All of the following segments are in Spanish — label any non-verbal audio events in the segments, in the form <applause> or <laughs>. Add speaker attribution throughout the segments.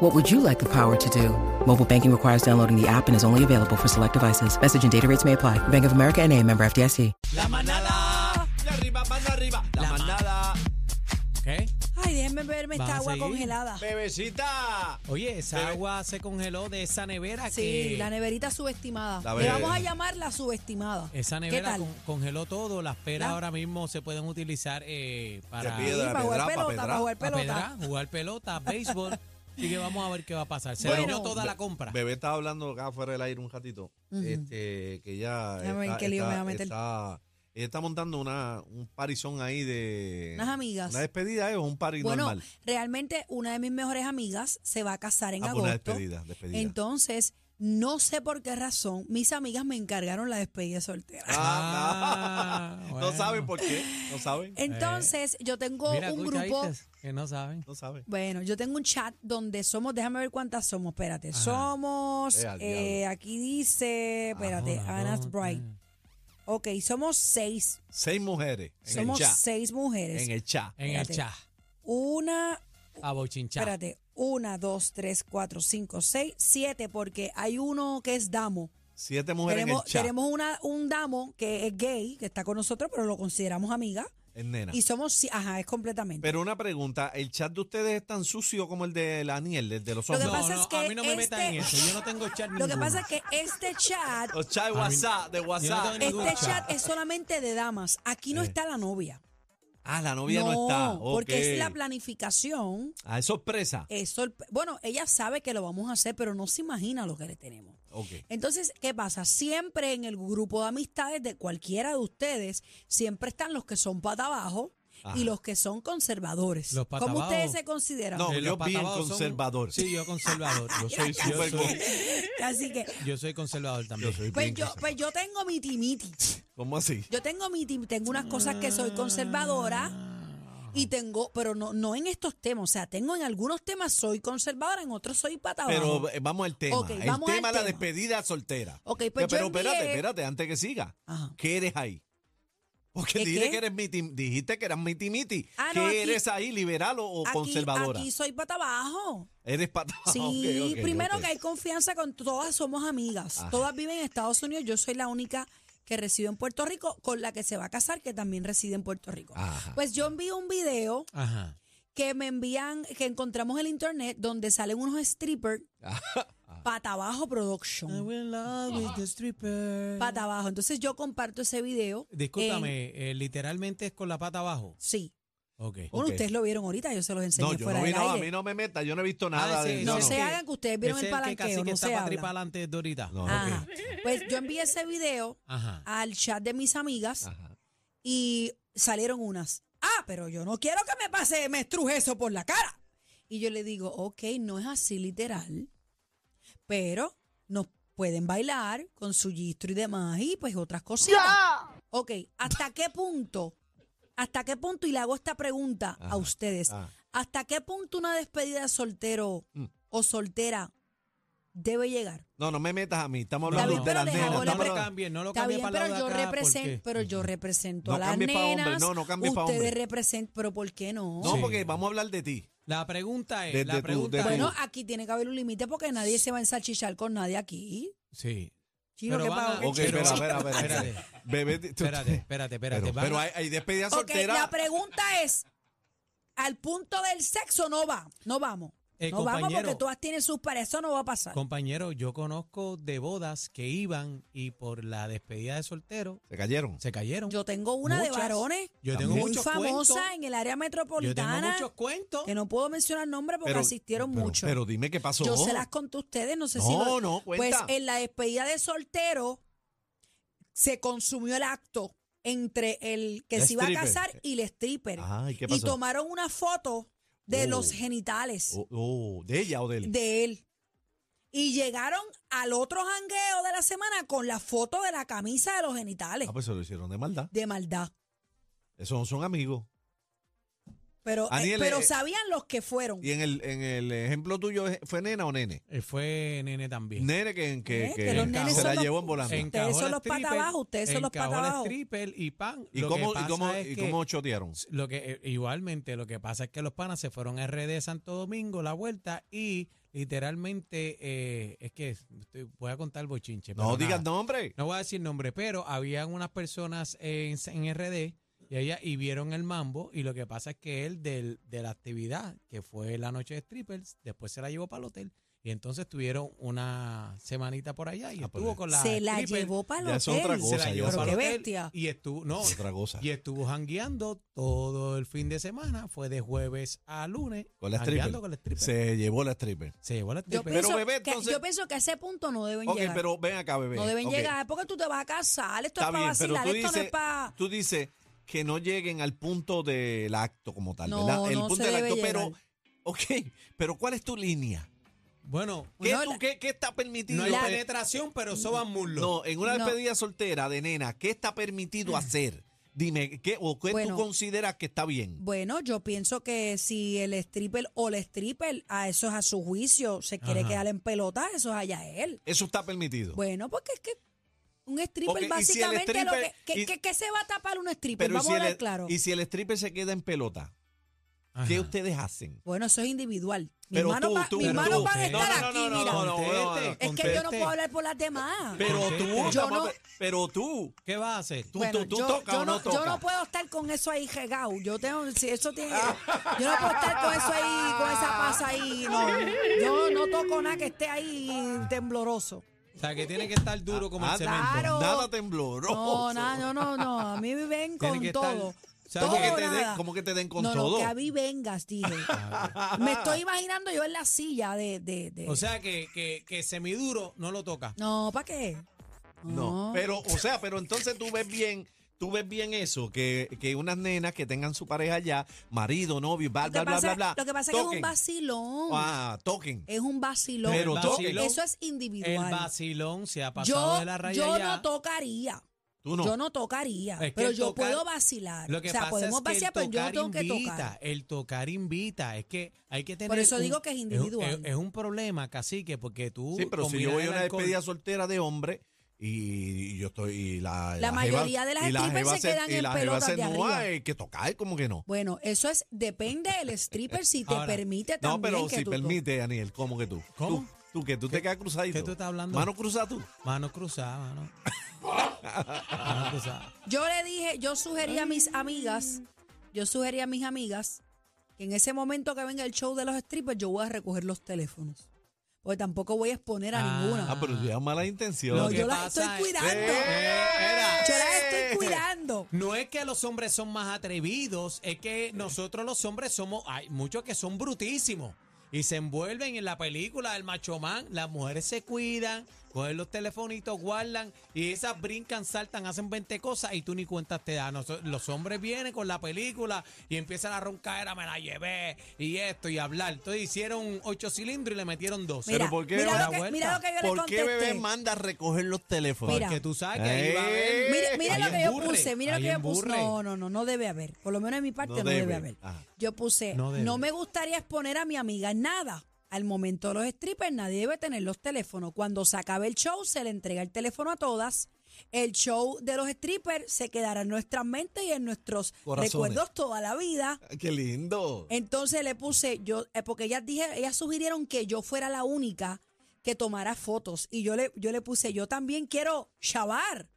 Speaker 1: What would you like the power to do? Mobile banking requires downloading the app and is only available for select devices. Message and data rates may apply. Bank of America and a member FDIC.
Speaker 2: La manada. De arriba, para arriba. La, manada.
Speaker 3: ¿Qué?
Speaker 4: Ay, déjenme verme
Speaker 3: ¿Vas a
Speaker 4: esta agua
Speaker 3: seguir?
Speaker 4: congelada.
Speaker 2: Bebecita.
Speaker 3: Oye, esa
Speaker 2: Bebe-
Speaker 3: agua se congeló de esa nevera
Speaker 4: Sí,
Speaker 3: que
Speaker 4: la neverita subestimada.
Speaker 2: La
Speaker 4: Le
Speaker 2: bebé.
Speaker 4: vamos a llamar la subestimada.
Speaker 3: esa
Speaker 4: ¿Qué
Speaker 3: nevera
Speaker 4: tal?
Speaker 3: con- congeló todo. Las peras
Speaker 4: La-
Speaker 3: ahora mismo se pueden utilizar eh, para
Speaker 4: Sí,
Speaker 2: piedra,
Speaker 4: para jugar
Speaker 2: pedra, pa'
Speaker 4: pelota,
Speaker 2: pedra.
Speaker 4: para jugar
Speaker 3: para
Speaker 4: pelota.
Speaker 3: pedrar, jugar
Speaker 4: <laughs>
Speaker 3: pelota, béisbol. Así que vamos a ver qué va a pasar. Se
Speaker 4: Bueno.
Speaker 3: dañó toda la compra.
Speaker 2: Bebé estaba hablando acá fuera del aire un ratito.
Speaker 4: Ujú.
Speaker 2: Este, que ya
Speaker 4: Déjame ver en qué lío me va a meter.
Speaker 2: Está, ella está montando una, un parizón ahí de.
Speaker 4: Unas amigas.
Speaker 2: Una despedida es un pari
Speaker 4: Bueno,
Speaker 2: normal.
Speaker 4: realmente una de mis mejores amigas se va a casar en
Speaker 2: Ah, pues
Speaker 4: agosto.
Speaker 2: una despedida, despedida.
Speaker 4: Entonces, no sé por qué razón, mis amigas me encargaron la despedida de soltera.
Speaker 2: Ah,
Speaker 3: Ah,
Speaker 2: <laughs>
Speaker 3: <laughs>
Speaker 2: no.
Speaker 3: bueno.
Speaker 2: no saben por qué. No saben.
Speaker 4: <laughs> Eh, Entonces,
Speaker 2: eh,
Speaker 4: yo tengo
Speaker 3: Mira,
Speaker 4: un
Speaker 3: tú,
Speaker 4: grupo.
Speaker 3: chavitas, que no saben.
Speaker 2: No saben.
Speaker 4: Bueno, yo tengo un chat donde somos, déjame ver cuántas somos, espérate.
Speaker 3: Ajá.
Speaker 4: Somos,
Speaker 2: Eh, al
Speaker 4: eh,
Speaker 2: diablo. Ah,
Speaker 4: aquí dice, espérate,
Speaker 3: Una,
Speaker 4: Anna's
Speaker 3: dos,
Speaker 4: Bright.
Speaker 2: eh.
Speaker 3: tres.
Speaker 4: Ok, somos seis.
Speaker 2: Seis mujeres en
Speaker 4: somos Eh,
Speaker 2: el chat.
Speaker 4: seis mujeres.
Speaker 2: En el chat.
Speaker 3: En el
Speaker 4: Espérate.
Speaker 3: chat.
Speaker 4: Una,
Speaker 3: A bochinchar.
Speaker 4: espérate, una, dos, tres, cuatro, cinco, seis, siete, porque hay uno que es damo.
Speaker 2: Siete mujeres
Speaker 4: Tenemos,
Speaker 2: en el chat.
Speaker 4: tenemos una, un damo que es gay, que está con nosotros, pero lo consideramos amiga.
Speaker 2: Es nena.
Speaker 4: Y somos, si- ajá, es completamente.
Speaker 2: Pero una pregunta, ¿el chat de ustedes es tan sucio como el de la Aniel, el de los
Speaker 4: Lo que
Speaker 2: hombres?
Speaker 3: No,
Speaker 4: pasa
Speaker 3: no,
Speaker 4: es que
Speaker 3: a mí no me metan en
Speaker 4: este-
Speaker 3: eso. Yo no tengo chat
Speaker 4: Lo que
Speaker 3: ninguno.
Speaker 4: pasa es que este chat,
Speaker 2: <laughs> Los chats de
Speaker 3: A mí-
Speaker 2: WhatsApp, de WhatsApp.
Speaker 3: tengo ningún
Speaker 4: este chat es solamente de damas. Aquí no
Speaker 2: Eh.
Speaker 4: está la novia.
Speaker 2: Ah, la novia no, está.
Speaker 4: porque es la
Speaker 2: Ok.
Speaker 4: planificación.
Speaker 2: Ah, es sorpresa.
Speaker 4: es sorpre- bueno, ella sabe que lo vamos a hacer, pero no se imagina lo que le tenemos.
Speaker 2: Ok.
Speaker 4: Entonces, ¿qué pasa? Siempre en el grupo de amistades de cualquiera de ustedes, siempre están los que son pata abajo
Speaker 2: Ajá.
Speaker 4: y los que son conservadores.
Speaker 3: Los pata
Speaker 4: ¿Cómo
Speaker 3: abajo.
Speaker 4: ustedes se consideran?
Speaker 2: No,
Speaker 3: Eh,
Speaker 2: yo
Speaker 3: los
Speaker 2: bien
Speaker 3: patabaos son-
Speaker 2: conservador.
Speaker 3: Sí, yo conservador. Yo soy, yo
Speaker 2: súper
Speaker 3: soy,
Speaker 4: Así que,
Speaker 3: yo soy conservador también.
Speaker 4: pues yo, pues yo tengo mi timiti.
Speaker 2: ¿Cómo así?
Speaker 4: Yo tengo mi tim- tengo unas cosas que soy conservadora.
Speaker 2: Ah.
Speaker 4: Y tengo, pero no, no en estos temas, o sea, tengo en algunos temas soy conservadora, en otros soy pata abajo.
Speaker 2: Pero eh, vamos al tema.
Speaker 4: Ok,
Speaker 2: el
Speaker 4: vamos al
Speaker 2: tema la
Speaker 4: tema.
Speaker 2: despedida soltera.
Speaker 4: Ok, pues
Speaker 2: Pero,
Speaker 4: yo
Speaker 2: pero
Speaker 4: envié-
Speaker 2: espérate, espérate, antes que siga.
Speaker 4: Ajá.
Speaker 2: ¿Qué eres ahí? Porque
Speaker 4: ¿Qué,
Speaker 2: dijiste
Speaker 4: qué?
Speaker 2: que eres miti, dijiste que eras mitimiti.
Speaker 4: Ah,
Speaker 2: ¿Qué
Speaker 4: no, aquí-
Speaker 2: eres ahí, liberal o, o
Speaker 4: Aquí-
Speaker 2: conservadora?
Speaker 4: Aquí soy pata abajo.
Speaker 2: Eres <laughs> pata.
Speaker 4: Sí,
Speaker 2: Ah, ok, ok,
Speaker 4: primero
Speaker 2: ok.
Speaker 4: que hay confianza con todas, somos amigas.
Speaker 2: Ajá.
Speaker 4: Todas viven en Estados Unidos. Yo soy la única que reside en Puerto Rico, con la que se va a casar, que también reside en Puerto Rico.
Speaker 2: Ajá.
Speaker 4: Pues yo envío un video
Speaker 3: Ajá.
Speaker 4: que me envían, que encontramos en el internet, donde salen unos
Speaker 2: <laughs>
Speaker 4: strippers, pata abajo
Speaker 3: Ah,
Speaker 4: production. Pata abajo. Entonces yo comparto ese video. en-
Speaker 3: Discúlpame, eh, literalmente es con la pata abajo.
Speaker 4: sí.
Speaker 3: Ok.
Speaker 4: Bueno,
Speaker 2: Ok.
Speaker 4: ustedes lo vieron ahorita, yo se los enseñé
Speaker 2: No, yo
Speaker 4: fuera
Speaker 2: no vi
Speaker 4: del
Speaker 2: nada, a
Speaker 4: aire.
Speaker 2: mí no me meta, yo no he visto nada
Speaker 3: Ah,
Speaker 2: de
Speaker 3: ese-
Speaker 4: No
Speaker 3: ese
Speaker 4: se
Speaker 3: es
Speaker 4: hagan que ustedes vieron
Speaker 3: ese
Speaker 4: el
Speaker 3: es que casi
Speaker 4: palanqueo,
Speaker 3: que
Speaker 4: no
Speaker 3: está
Speaker 4: se
Speaker 3: para atrás y
Speaker 4: habla.
Speaker 3: para adelante de ahorita.
Speaker 2: No,
Speaker 4: Ajá.
Speaker 2: ok.
Speaker 4: Pues yo envié ese video
Speaker 3: Ajá.
Speaker 4: al chat de mis amigas
Speaker 2: Ajá.
Speaker 4: y salieron unas. Ah, pero yo no quiero que me pase, me estruje eso por la cara. Y yo le digo, ok, no es así literal, pero nos pueden bailar con su gistro y demás y pues otras cositas. Ok, ¿hasta qué punto? ¿Hasta qué punto? Y le hago esta pregunta a
Speaker 2: Ajá,
Speaker 4: ustedes.
Speaker 2: ah.
Speaker 4: ¿Hasta qué punto una despedida de soltero
Speaker 2: Mm.
Speaker 4: o soltera debe llegar?
Speaker 2: No, no me metas a mí, estamos
Speaker 3: Está
Speaker 2: hablando
Speaker 3: bien,
Speaker 2: de las
Speaker 4: pero deja
Speaker 2: nenas.
Speaker 4: volar.
Speaker 3: no
Speaker 2: estamos
Speaker 3: lo
Speaker 4: pero-
Speaker 2: hablando-
Speaker 3: cambien, no lo
Speaker 4: Está
Speaker 3: cambien
Speaker 4: bien,
Speaker 3: para
Speaker 4: pero
Speaker 3: el lado
Speaker 4: yo
Speaker 3: de acá,
Speaker 4: represento,
Speaker 3: porque-
Speaker 4: pero yo represento
Speaker 2: No
Speaker 4: a las
Speaker 2: cambies pa' hombre,
Speaker 4: nenas.
Speaker 2: no, no cambies pa' hombre.
Speaker 4: Ustedes representan, pero ¿por qué no?
Speaker 2: No,
Speaker 3: Sí.
Speaker 2: porque vamos a hablar de ti.
Speaker 3: La pregunta es,
Speaker 2: Desde
Speaker 3: la
Speaker 2: tú,
Speaker 3: pregunta
Speaker 2: desde
Speaker 3: es-
Speaker 4: Bueno, aquí tiene que haber un límite porque nadie se va a ensalchichar con nadie aquí.
Speaker 2: <laughs>
Speaker 3: sí.
Speaker 4: Chino,
Speaker 3: Pero
Speaker 4: ¿qué
Speaker 3: van
Speaker 4: pago?
Speaker 3: a-
Speaker 4: ¿Qué
Speaker 2: Ok,
Speaker 4: chino?
Speaker 3: Pero-
Speaker 2: espera, espera, espera.
Speaker 3: espérate.
Speaker 2: Bebé, tú- tú-
Speaker 3: Espérate, espérate, espérate.
Speaker 2: Pero,
Speaker 3: Van
Speaker 2: pero
Speaker 3: a-
Speaker 2: hay, hay despedida
Speaker 4: Ok,
Speaker 2: soltera.
Speaker 4: la pregunta es, al punto del sexo no va, no vamos.
Speaker 3: Eh,
Speaker 4: no vamos
Speaker 3: compañero.
Speaker 4: porque todas tienen sus pares, eso no va a pasar.
Speaker 3: Compañero, yo conozco de bodas que iban y por la despedida de soltero
Speaker 2: Se cayeron.
Speaker 3: se cayeron.
Speaker 4: Yo tengo una de
Speaker 3: Muchas.
Speaker 4: varones
Speaker 3: Yo tengo
Speaker 2: También.
Speaker 4: muy
Speaker 3: muchos
Speaker 4: famosa
Speaker 3: cuentos.
Speaker 4: en el área
Speaker 3: Yo tengo
Speaker 4: metropolitana
Speaker 3: muchos cuentos.
Speaker 4: que no puedo mencionar nombres porque asistieron
Speaker 2: pero-
Speaker 4: mucho.
Speaker 2: Pero dime qué pasó.
Speaker 4: Yo se las conté a ustedes, no sé si.
Speaker 2: No,
Speaker 4: lo-
Speaker 2: no,
Speaker 4: Pues
Speaker 2: cuenta.
Speaker 4: en la despedida de soltero se consumió el acto entre el que
Speaker 2: La
Speaker 4: se iba a
Speaker 2: stripper.
Speaker 4: casar y el stripper.
Speaker 2: Ajá, ¿y qué
Speaker 4: y
Speaker 2: pasó?
Speaker 4: tomaron una foto de
Speaker 2: Oh.
Speaker 4: los genitales
Speaker 2: Oh, oh, ¿De ella o de él?
Speaker 4: de él. Y llegaron al otro jangueo de la semana con la foto de la camisa de los genitales.
Speaker 2: Ah, pues se lo hicieron de maldad.
Speaker 4: De maldad.
Speaker 2: Esos no son amigos.
Speaker 4: Pero, eh,
Speaker 2: Aniel,
Speaker 4: pero
Speaker 2: eh,
Speaker 4: sabían los que fueron.
Speaker 2: Y en el, en el ejemplo tuyo, ¿es- ¿fue nena o nene?
Speaker 3: Eh, Fue nene también.
Speaker 2: Nene que, que,
Speaker 4: Eh,
Speaker 2: que
Speaker 4: que
Speaker 3: los nenes
Speaker 2: se la
Speaker 3: son los-
Speaker 2: llevó en volando.
Speaker 4: En- Ustedes son los pata abajo, ustedes son los pata
Speaker 3: encajó la
Speaker 4: abajo.
Speaker 3: stripper y pan.
Speaker 2: ¿Y
Speaker 3: Lo que
Speaker 2: cómo, y
Speaker 3: pasa
Speaker 2: cómo,
Speaker 3: es
Speaker 2: y
Speaker 3: que-
Speaker 2: cómo chotearon?
Speaker 3: Lo que eh, igualmente lo que pasa es que los panas se fueron a RD Santo Domingo la vuelta y literalmente eh, es que estoy- voy a contar el bochinche.
Speaker 2: No
Speaker 3: pero
Speaker 2: digas
Speaker 3: nada.
Speaker 2: nombre.
Speaker 3: No voy a decir nombre, pero habían unas personas en, en RD y ella y vieron el mambo y lo que pasa es que él del, de la actividad que fue la noche de strippers después se la llevó para el hotel y entonces tuvieron una semanita por allá y
Speaker 2: Ah, pues,
Speaker 3: estuvo con la
Speaker 4: se la
Speaker 3: stripper,
Speaker 4: llevó para el
Speaker 2: ya
Speaker 4: hotel.
Speaker 2: es otra
Speaker 3: se
Speaker 2: cosa,
Speaker 3: la
Speaker 2: ya
Speaker 3: llevó
Speaker 2: es
Speaker 3: para
Speaker 4: Pero
Speaker 3: el
Speaker 4: qué
Speaker 3: hotel
Speaker 4: bestia.
Speaker 3: y estuvo no
Speaker 2: Es otra cosa.
Speaker 3: y estuvo jangueando todo el fin de semana. Fue de jueves a lunes.
Speaker 2: Con la stripper.
Speaker 3: jangueando con la stripper. Se,
Speaker 2: Se llevó la stripper.
Speaker 3: llevó la
Speaker 4: Yo,
Speaker 3: stripper.
Speaker 2: Pero,
Speaker 4: pienso
Speaker 2: bebé,
Speaker 4: que,
Speaker 2: entonces-
Speaker 4: yo pienso que a ese punto no deben
Speaker 2: Ok,
Speaker 4: llegar.
Speaker 2: pero ven acá, bebé.
Speaker 4: no deben
Speaker 2: Ok.
Speaker 4: llegar porque tú te vas a casar. Esto
Speaker 2: Está
Speaker 4: es para
Speaker 2: bien, pero
Speaker 4: vacilar,
Speaker 2: tú
Speaker 4: esto no
Speaker 2: dices,
Speaker 4: es para.
Speaker 2: tú dices que no lleguen al punto del acto como tal,
Speaker 4: No,
Speaker 2: ¿verdad? El
Speaker 4: no
Speaker 2: punto
Speaker 4: se
Speaker 2: del
Speaker 4: debe
Speaker 2: acto, pero,
Speaker 4: llegar.
Speaker 2: ok, pero ¿cuál es tu línea?
Speaker 3: Bueno,
Speaker 2: ¿Qué,
Speaker 4: Bueno,
Speaker 2: tú-
Speaker 4: la-
Speaker 2: qué- qué está permitido?
Speaker 3: no hay
Speaker 4: la-
Speaker 2: Eh,
Speaker 3: penetración, pero soban muslos.
Speaker 2: no, en una
Speaker 4: No.
Speaker 2: despedida soltera de nena, ¿qué está permitido hacer? Dime, ¿qué, o qué
Speaker 4: Bueno.
Speaker 2: tú consideras que está bien?
Speaker 4: Bueno, yo pienso que si el stripper o la stripper, a eso es a su juicio, se quiere
Speaker 3: Ajá.
Speaker 4: quedar en pelota, eso es allá él.
Speaker 2: Eso está permitido.
Speaker 4: Bueno, porque es que un stripper
Speaker 2: Ok, y si el
Speaker 4: básicamente lo que,
Speaker 2: stripper-
Speaker 4: que,
Speaker 2: y-
Speaker 4: que- que se va a tapar un stripper, vamos
Speaker 2: si
Speaker 4: a
Speaker 2: el,
Speaker 4: hablar claro.
Speaker 2: y si el stripper se queda en pelota,
Speaker 3: Ajá.
Speaker 2: ¿qué ustedes hacen?
Speaker 4: bueno, eso es individual. Mis
Speaker 2: Pero
Speaker 4: manos,
Speaker 2: tú,
Speaker 4: va-
Speaker 2: tú,
Speaker 4: mis
Speaker 2: pero
Speaker 4: manos
Speaker 2: tú.
Speaker 4: van a
Speaker 3: No,
Speaker 4: estar
Speaker 2: no, no,
Speaker 4: aquí,
Speaker 2: no, no,
Speaker 4: mira.
Speaker 2: no, no,
Speaker 3: Conteste,
Speaker 4: es que yo no
Speaker 3: conteste.
Speaker 4: puedo hablar por las demás.
Speaker 2: Pero tú,
Speaker 3: Conteste.
Speaker 4: Yo
Speaker 2: tampoco-
Speaker 4: no-
Speaker 2: pero tú,
Speaker 3: ¿Qué vas a hacer?
Speaker 2: tú,
Speaker 4: Bueno,
Speaker 2: tú, tú
Speaker 4: yo,
Speaker 2: tocas
Speaker 4: yo
Speaker 2: o no,
Speaker 4: no, yo no
Speaker 2: tocas.
Speaker 4: puedo estar con eso ahí regado. Yo tengo, si eso tiene, yo no puedo estar con eso ahí, con esa pasa ahí. No, yo no toco nada que esté ahí tembloroso.
Speaker 3: O sea, que tiene que estar duro como
Speaker 2: Ah,
Speaker 3: el cemento.
Speaker 4: claro.
Speaker 2: Nada tembloroso. <laughs>
Speaker 4: No, nada, no, no, no. A mí me ven
Speaker 3: Tiene
Speaker 4: con
Speaker 3: que estar-
Speaker 4: todo.
Speaker 3: o sea,
Speaker 4: todo
Speaker 2: ¿Cómo que, te den,
Speaker 4: nada.
Speaker 2: cómo que te den con
Speaker 4: no,
Speaker 2: todo?
Speaker 4: no, que a mí vengas,
Speaker 2: <laughs>
Speaker 4: dije. Me estoy imaginando yo en la silla de. de, de-
Speaker 3: O sea, que, que, que semiduro no lo toca.
Speaker 4: no, ¿para qué?
Speaker 2: No, pero, o sea, pero entonces tú ves bien, tú ves bien eso, que, que unas nenas que tengan su pareja ya, marido, novio, bla,
Speaker 4: Lo que
Speaker 2: bla, bla, bla,
Speaker 4: pasa,
Speaker 2: bla.
Speaker 4: lo que, pasa es, que es un Eh,
Speaker 2: toquen.
Speaker 4: vacilón.
Speaker 2: Ah, toquen.
Speaker 4: Es un vacilón.
Speaker 2: Pero
Speaker 4: Yo-
Speaker 3: vacilón-
Speaker 4: eso es
Speaker 3: El
Speaker 4: individual.
Speaker 3: vacilón se ha pasado
Speaker 4: yo,
Speaker 3: de la raya
Speaker 4: yo
Speaker 3: ya.
Speaker 4: no tocaría.
Speaker 2: Tú no.
Speaker 4: Yo no tocaría.
Speaker 3: Es que
Speaker 4: pero
Speaker 3: el
Speaker 4: yo
Speaker 3: tocar-
Speaker 4: puedo vacilar.
Speaker 3: Lo que
Speaker 4: o sea,
Speaker 3: pasa
Speaker 4: podemos
Speaker 3: es que
Speaker 4: vacilar,
Speaker 3: el
Speaker 4: pero yo no
Speaker 3: tocar
Speaker 4: tengo que
Speaker 3: invita,
Speaker 4: tocar.
Speaker 3: el tocar invita, es que hay que tener
Speaker 4: eso digo que es
Speaker 3: un-
Speaker 4: individual.
Speaker 3: Es, un- es un problema, cacique, porque tú
Speaker 2: sí, pero si yo
Speaker 3: combinas
Speaker 2: voy a
Speaker 3: el
Speaker 2: una
Speaker 3: alcohol-
Speaker 2: despedida soltera de hombre y yo estoy y la,
Speaker 4: La
Speaker 2: jeva-
Speaker 4: mayoría de las
Speaker 2: y la
Speaker 4: strippers
Speaker 2: jeva
Speaker 4: se quedan
Speaker 2: y
Speaker 4: en
Speaker 2: la jeva
Speaker 4: pelotas
Speaker 2: se
Speaker 4: de
Speaker 2: enoja,
Speaker 4: arriba.
Speaker 2: hay que tocar, como que no.
Speaker 4: Bueno, eso es depende del stripper si te
Speaker 3: Ahora,
Speaker 4: permite
Speaker 2: No,
Speaker 4: también.
Speaker 2: pero
Speaker 4: que
Speaker 2: si
Speaker 4: tú
Speaker 2: permite, Daniel, ¿cómo que tú?
Speaker 3: ¿Cómo?
Speaker 2: Tú, tú, que tú te quedas cruzadito.
Speaker 3: qué tú estás hablando?
Speaker 2: Mano cruzada tú.
Speaker 3: Mano cruzada,
Speaker 2: <laughs>
Speaker 3: mano. Mano cruzada.
Speaker 4: Yo le dije, yo sugerí a mis amigas, yo sugerí a mis amigas que en ese momento que venga el show de los strippers, yo voy a recoger los teléfonos. Porque tampoco voy a exponer a
Speaker 3: Ah,
Speaker 4: ninguna.
Speaker 2: Ah, pero tú llevas mala intención.
Speaker 4: No,
Speaker 3: lo que
Speaker 4: yo las
Speaker 3: pasa
Speaker 4: estoy
Speaker 3: es-
Speaker 4: cuidando.
Speaker 3: Eh, era.
Speaker 4: Yo las estoy cuidando.
Speaker 3: No es que los hombres son más atrevidos, es que nosotros los hombres somos, hay muchos que son brutísimos y se envuelven en la película del macho man. Las mujeres se cuidan, cogen los telefonitos, guardan y esas brincan, saltan, hacen 20 cosas y tú ni cuentas te das. Noso- Los hombres vienen con la película y empiezan a roncaera, me la llevé y esto y hablar. Entonces hicieron ocho cilindros y le metieron dos.
Speaker 4: Mira,
Speaker 2: ¿por qué?
Speaker 4: mira,
Speaker 3: Una
Speaker 4: lo que,
Speaker 3: vuelta.
Speaker 4: mira lo que yo le
Speaker 2: ¿Por qué bebé
Speaker 4: contesté.
Speaker 2: manda a recoger los teléfonos?
Speaker 4: Mira.
Speaker 3: Porque tú sabes que ahí va a haber-
Speaker 4: Mire, mire
Speaker 3: Ahí
Speaker 4: lo que yo
Speaker 3: emburre,
Speaker 4: puse, mire lo
Speaker 3: ahí
Speaker 4: que yo puse.
Speaker 3: emburre.
Speaker 4: No, no, no, no debe haber. Por lo menos de mi parte
Speaker 2: No
Speaker 4: no, debe.
Speaker 2: debe.
Speaker 4: haber.
Speaker 2: Ajá.
Speaker 4: Yo puse,
Speaker 3: No
Speaker 4: no,
Speaker 3: debe.
Speaker 4: me gustaría exponer a mi amiga en nada. Al momento de los strippers nadie debe tener los teléfonos. Cuando se acabe el show se le entrega el teléfono a todas. El show de los strippers se quedará en nuestras mentes y en nuestros
Speaker 2: Corazones.
Speaker 4: recuerdos toda la vida.
Speaker 2: Ah, Qué lindo.
Speaker 4: Eh, Entonces le puse, yo, eh, porque ellas dije, ellas sugirieron que yo fuera la única que tomara fotos. Y yo le, yo le puse, yo también quiero chavar.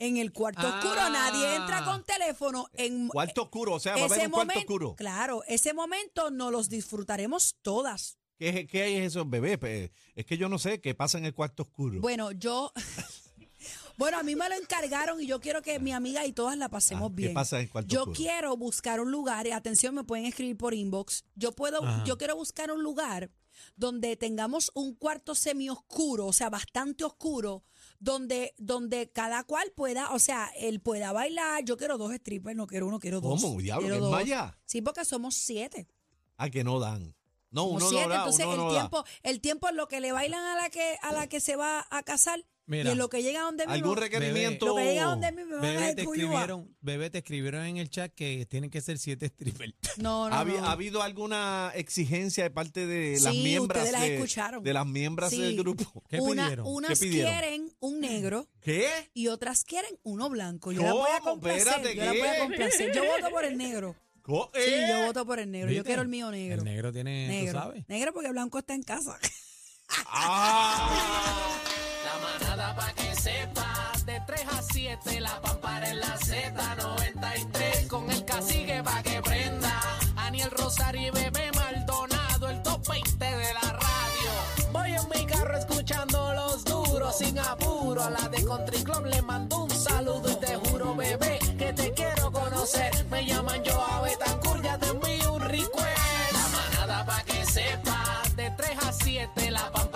Speaker 4: En el cuarto
Speaker 3: Ah.
Speaker 4: oscuro, nadie entra con teléfono. En
Speaker 2: Cuarto oscuro, o sea, va a haber un cuarto
Speaker 4: momento,
Speaker 2: oscuro.
Speaker 4: Claro, ese momento nos los disfrutaremos todas.
Speaker 2: ¿Qué, qué hay en esos bebés? Pues, es que yo no sé qué pasa en el cuarto oscuro.
Speaker 4: Bueno, yo. <laughs> bueno, a mí me lo encargaron y yo quiero que mi amiga y todas la pasemos
Speaker 2: Ah, ¿qué
Speaker 4: bien.
Speaker 2: pasa en el cuarto
Speaker 4: yo
Speaker 2: oscuro?
Speaker 4: quiero buscar un lugar, y atención, me pueden escribir por inbox. Yo puedo,
Speaker 5: Ajá.
Speaker 4: yo quiero buscar un lugar donde tengamos un cuarto semioscuro, o sea, bastante oscuro, donde, donde cada cual pueda, o sea, él pueda bailar. Yo quiero dos strippers, no quiero uno, quiero dos.
Speaker 2: ¿Cómo? Diablo,
Speaker 4: quiero
Speaker 2: que es
Speaker 4: dos.
Speaker 2: más allá.
Speaker 4: Sí, porque somos siete.
Speaker 2: Ah, que no dan. No,
Speaker 4: Como
Speaker 2: uno
Speaker 4: siete,
Speaker 2: no da,
Speaker 4: entonces
Speaker 2: uno
Speaker 4: el
Speaker 2: no da.
Speaker 4: tiempo, el tiempo es lo que le bailan a la que a la que se va a casar
Speaker 5: Mira.
Speaker 4: y en lo que llega donde
Speaker 2: ¿Algún
Speaker 4: mismo-
Speaker 2: requerimiento?
Speaker 4: Lo que llega donde mí me van a
Speaker 5: Bebé, te
Speaker 4: decir Cuyúa.
Speaker 5: escribieron, bebé, te escribieron en el chat que tienen que ser siete strippers.
Speaker 4: No, no,
Speaker 2: ¿Ha, habi-
Speaker 4: no.
Speaker 2: ha habido alguna exigencia de parte de las
Speaker 4: Sí,
Speaker 2: miembros
Speaker 4: ustedes las
Speaker 2: de,
Speaker 4: escucharon.
Speaker 2: de las miembros
Speaker 4: Sí.
Speaker 2: del
Speaker 4: <laughs>
Speaker 2: grupo?
Speaker 5: ¿Qué
Speaker 4: Una-
Speaker 5: pidieron? ¿Qué
Speaker 4: unas
Speaker 2: pidieron?
Speaker 4: quieren un negro
Speaker 2: ¿Qué?
Speaker 4: y otras quieren uno blanco. Yo la voy a
Speaker 2: ¿Cómo?
Speaker 4: complacer.
Speaker 2: Espérate,
Speaker 4: yo la voy
Speaker 2: ¿qué?
Speaker 4: a complacer. Yo voto por el negro.
Speaker 2: Co-
Speaker 4: Sí,
Speaker 2: ¿Eh?
Speaker 4: yo voto por el negro. Yo
Speaker 5: ¿Viste?
Speaker 4: quiero el mío negro.
Speaker 5: El negro tiene, tú
Speaker 4: negro.
Speaker 5: sabes.
Speaker 4: Negro porque blanco está en casa.
Speaker 2: ¡Ah!
Speaker 3: La manada pa' que sepa, de 3 a 7, la pampara en la Z93, con el cacique pa' que prenda, Aniel Rosario y Bebé Maldonado, el top 20 de la radio. Voy en mi carro escuchando los duros, sin apuro, a la de Country Club le mando un saludo y te juro, bebé, que te quiero conocer. Me llaman yo a Betancourt, ya te envío un request. La manada pa' que sepa, de 3 a 7, la pampara